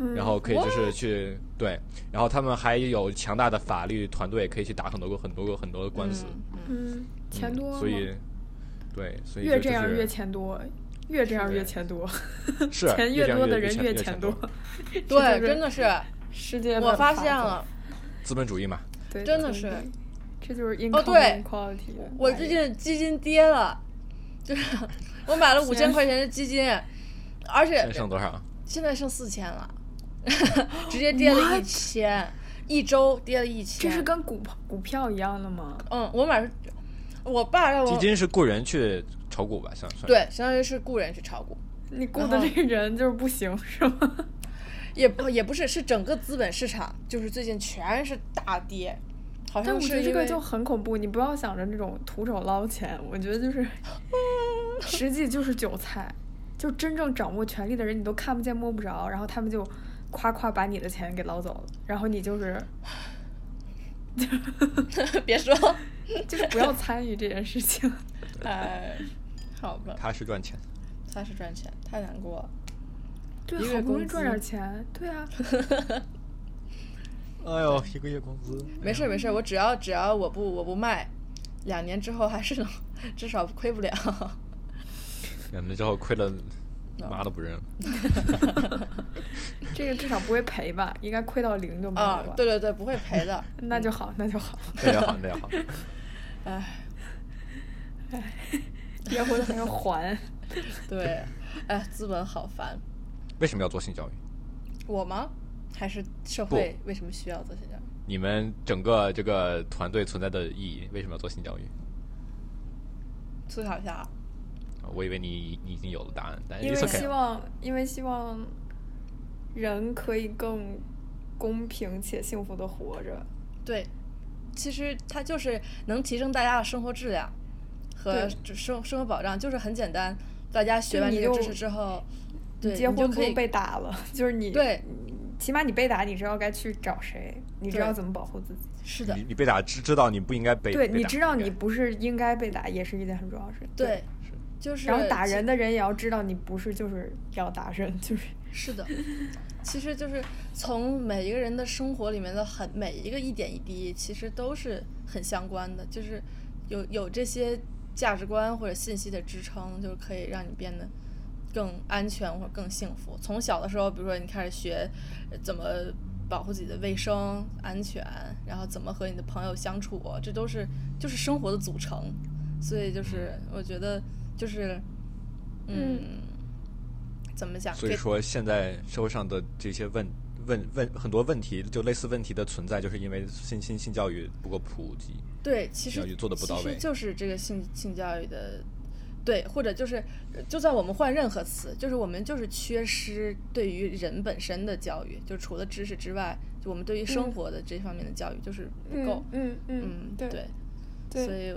嗯然后可以就是去对，然后他们还有强大的法律团队，可以去打很多个很多个很多个官司，嗯，钱嗯多吗所以对，所以越就这样就是越钱多，越这样对越钱多，是钱越这样多的越人钱越钱多，，这就对，是真的是，世界我的发法现则，了，资本主义嘛，对，真的同是意，这就是 income 对 quality。我最近基金跌了， 就是我买了五千天块钱的基金，而且现在剩多少？啊现在剩四千 了，直接跌了一 What？千，一周跌了一千。这是跟股股票一样的吗？嗯，我买是，我爸让基我金是雇人去炒股吧，算算。对，相当于是雇人去炒股，你雇然的后这个人就是不行是吗？ 也不也不是，是整个资本市场就是最近全是大跌，好但像我觉得是这因个为就很恐怖，你不要想着那种徒手捞钱，我觉得就是 实际就是韭菜，就真正掌握权力的人你都看不见摸不着，然后他们就夸夸把你的钱给捞走了，然后你就是 别说，就是不要参与这件事情。 哎，好吧，他是赚钱，他是赚钱，太难过了。对一个，月好不容易工赚点资钱，对啊，哎呦，一个月工资没事儿没事儿，我只要只要我不我不卖，两年之后还是能，至少亏不了。两年之后亏了，啊妈都不 认了。这个至少不会赔吧？应该亏到零就没有啊了。，对对对，不会赔 的。那就好，那就好，那也好，那也好。哎，别回头还要还。对，哎，资本好烦。为什么要做性教育？我吗？还是社会为什么需要做性教育？你们整个这个团队存在的意义，为什么要做性教育？思考一下啊。啊我以为你你已经有了答案，但因 it's 为希 OK。望，因为希望人可以更公平且幸福的活着。对，其实它就是能提升大家的生活质量和对就生生活保障，就是很简单。大家学完就这你个就知识之后，对，结你就婚不可以 用被打了，就是你对你起码你被打，你知道该去找谁，你知道怎么保护自己。是的你，你被打知知道你不应该被对，被你打知道你不是应该被打，也是一件很重要的事。对，就是然后打人其的人也要知道，你不是就是要打人，就是是的，其实就是从每一个人的生活里面的很每一个一点一滴，其实都是很相关的，就是有有这些价值观或者信息的支撑，就是可以让你变得更安全或者更幸福。从小的时候，比如说你开始学呃怎么保护自己的卫生安全，然后怎么和你的朋友相处，这都是就是生活的组成。所以就是我觉得就是嗯。怎么讲？所以给说，现在社会上的这些问问问很多问题，就类似问题的存在，就是因为性性性教育不够普及。对，其教实育做得不到其实位就是这个性性教育的，对，或者就是就算我们换任何词，就是我们就是缺失对于人本身的教育，就除了知识之外，就我们对于生嗯活的这方面的教育就是不够。嗯嗯，对，对所以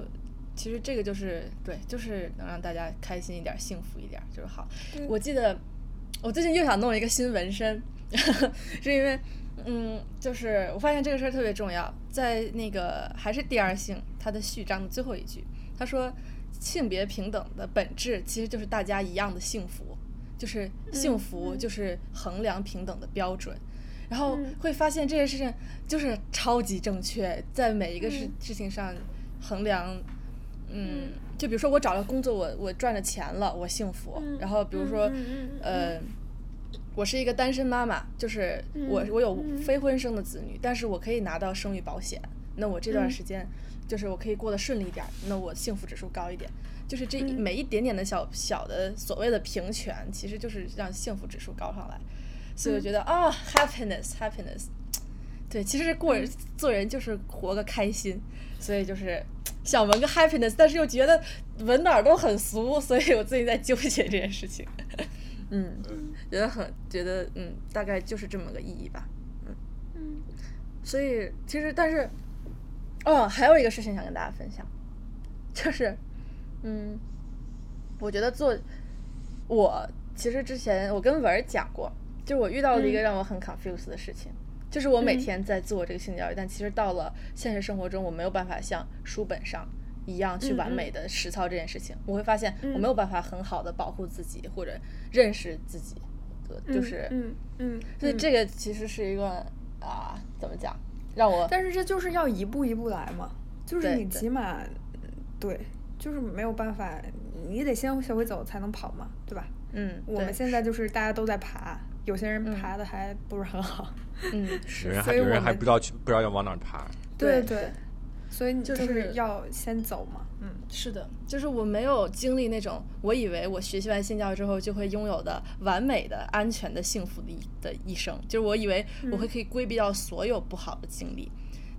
其实这个就是对，就是能让大家开心一点儿、幸福一点儿就是好。我记得我最近又想弄一个新纹身， 是因为嗯，就是我发现这个事儿特别重要，在那个还是第二性它的序章的最后一句，他说性别平等的本质其实就是大家一样的幸福，就是嗯幸福就是衡量平等的标准。然后嗯会发现这件事情就是超级正确，在每一个事嗯事情上衡量，嗯，就比如说我找了工作，我我赚了钱了，我幸福。嗯然后比如说嗯嗯嗯，呃，我是一个单身妈妈，就是我嗯我有嗯非婚生的子女，但是我可以拿到生育保险，那我这段嗯时间就是我可以过得顺利一点儿，那我幸福指数高一点。就是这嗯每一点点的小小的所谓的平权，其实就是让幸福指数高上来。所以我嗯觉得啊、h a p p i n e s s happiness，对，其实过嗯人做人就是活个开心，所以就是想纹个 happiness，但是又觉得纹哪儿都很俗，所以我最近在纠结这件事情。 嗯，觉得很觉得嗯，大概就是这么个意义吧。嗯所以其实但是，哦，还有一个事情想跟大家分享，就是嗯，我觉得做我其实之前我跟文儿讲过，就是我遇到了一个嗯让我很 confused 的事情。就是我每嗯天在做这个性教育，但其实到了现实生活中，我没有办法像书本上一样去嗯完嗯美的实操这件事情。我会发现我嗯没有办法很好的保护自己或者认识自己，呃就是嗯嗯，所以这个其实是一个啊，怎么讲，让我但是这就是要一步一步来嘛，就是对你对起码嗯对，就是没有办法，你得先学会走才能跑嘛，对吧？嗯，我们对现在就是大家都在爬，有些人嗯爬的还不是很好，嗯有人所还以有人我还们不知道去不知道要往哪儿爬。对对对所以你就就是是要先走嘛，嗯，是的，就是我没有经历那种我以为我学习完性教育之后就会拥有的完美的、安全的、幸福的一的一生，就是我以为我嗯会可以规避掉所有不好的经历。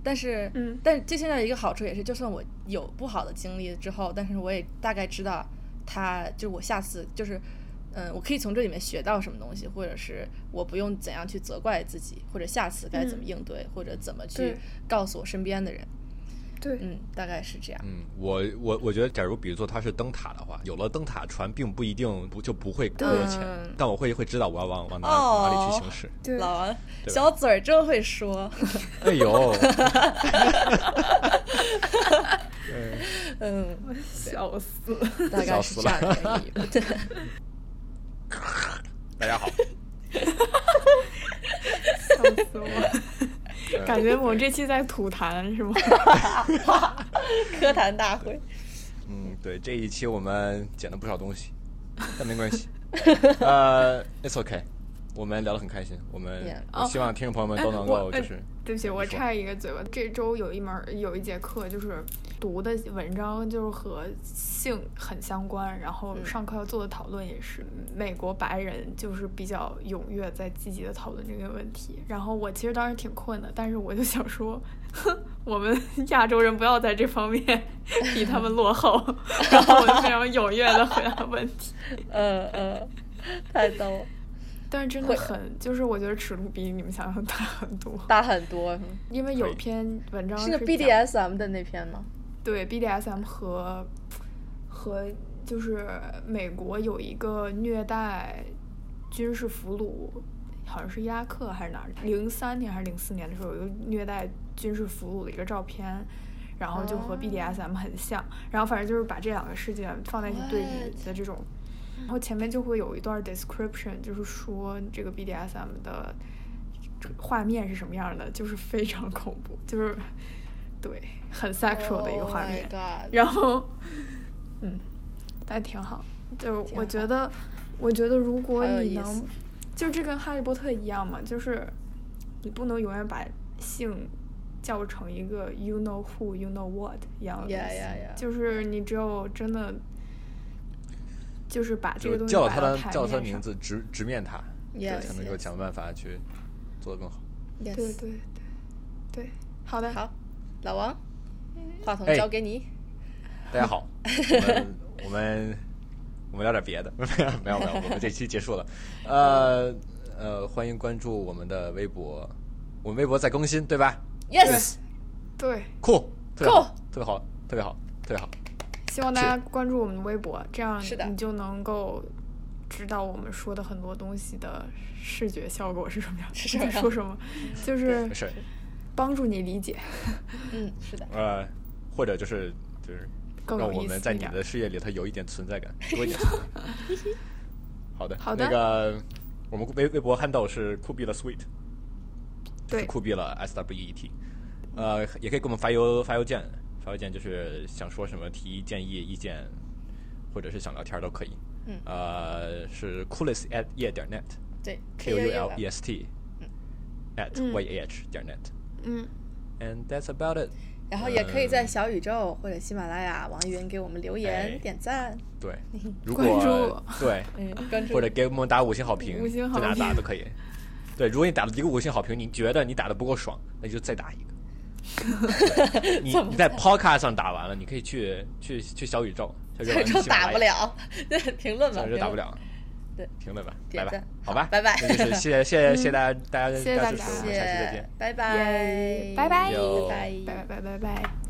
但是，嗯但这现在一个好处也是，就算我有不好的经历之后，但是我也大概知道它，就是我下次就是，嗯，我可以从这里面学到什么东西，或者是我不用怎样去责怪自己，或者下次该怎么嗯应对，或者怎么去对告诉我身边的人，对，嗯，大概是这样，嗯，我我我觉得，假如比如说它是灯塔的话，有了灯塔，船并不一定不就不会搁浅，嗯但我会会知道我要往哦往哪、往哪里去行驶。对老王对吧小嘴儿真会说， 哎呦，嗯，笑死了。 大概笑是死这样了的一个意义。大家好，笑死我！感觉我们这期在吐痰是吗？科谈大 会，嗯，对，这一期我们捡了不少东西，但没 关系，呃，it's okay，我们聊得很开心，我们 Yeah 我希望听众朋友们都能哎够就是。对不起，我插一个嘴巴。这周有一门儿有一节课，就是读的文章就是和性很相关，然后嗯上课要做的讨论也是美国白人就是比较踊跃在积极的讨论这个问题。然后我其实当时挺困的，但是我就想 说，哼，我们亚洲人不要在这方面比他们 落后。 然后我就非常踊跃的回答问题，嗯嗯，太逗了，但是真的很，就是我觉得尺度比你们想象大很多。大很多，嗯因为可有以篇文章是个讲 BDSM 的那篇吗？对 BDSM 和和就是美国有一个虐待军事俘虏好像是伊拉克还是哪儿，零三年还是零四年的时候，有一个虐待军事俘虏的一个照片，然后就和哦 BDSM 很像，然后反正就是把这两个事件放在一起对比 What？的这种，然后前面就会有一段 description，就是说这个 BDSM 的这个画面是什么样的，就是非常恐怖， 就是对很 sexual 的一个画 Oh my 面。god 然后，嗯，但挺好。就挺我好觉得，我觉得如果好有你意能思，就这跟哈利波特一样嘛，就是你不能永远把性叫成一个 you know who you know what 一样的东 Yeah, 西 yeah, yeah 就是你只有真的，就是把这个就东西叫摆他到的台叫他的名面上字，直直面他，就 Yes, 才能够 yes. 想办法去做得更好。 Yes 对对对对，好的，好，嗯老王，话筒哎交给你。大家好，我们我们我们聊点别的， 没有没有没有，我们这期结束了。呃呃，欢迎关注我们的微博，我们微博在更新，对吧？ Yes，对，酷，特别好 Cool 特别好，特别好，特别好。希望大家关注我们的微博，这样是的你就能够知道我们说的很多东西的视觉效果是什么样，是什么样在说什么，就是没事，帮助你理解嗯，是的，呃，或者就是就是更让有我意们思在一你点。的事业里头有一点存 在感，多一点存在感。好的，好的那个我们微微博 handle 是酷毙了 sweet，对是酷毙了 S W E T，呃，也可以给我们发邮发邮件，发邮件就是想说什么提议、建议、意见，或者是想聊天都可以。嗯呃，是 coolest at 夜点 net 对 k u u l e ，K-U-L-E s t at 嗯 y a h 点 net，and 嗯， that's about it。然后也可以在嗯小宇宙或者喜马拉雅、网易云给我们留哎言、点赞，对，如关注果我对。嗯，关 注或者给我们打五星好评，五星好在哪评打都可以。对，如果你打了一个五星好评，你觉得你打的不够爽，那就再打一个。对你你在 Podcast 上打完了，你可以去去去小宇宙，小宇宙 小宇宙喜马拉雅打不，了，评论吧，小宇宙打不了，对，评论吧，拜点拜赞，好吧，拜拜那就是谢谢谢谢谢谢大家大家谢谢大家大支持，家我评们下论，期再谢见。，拜拜，拜拜有拜拜拜拜拜拜。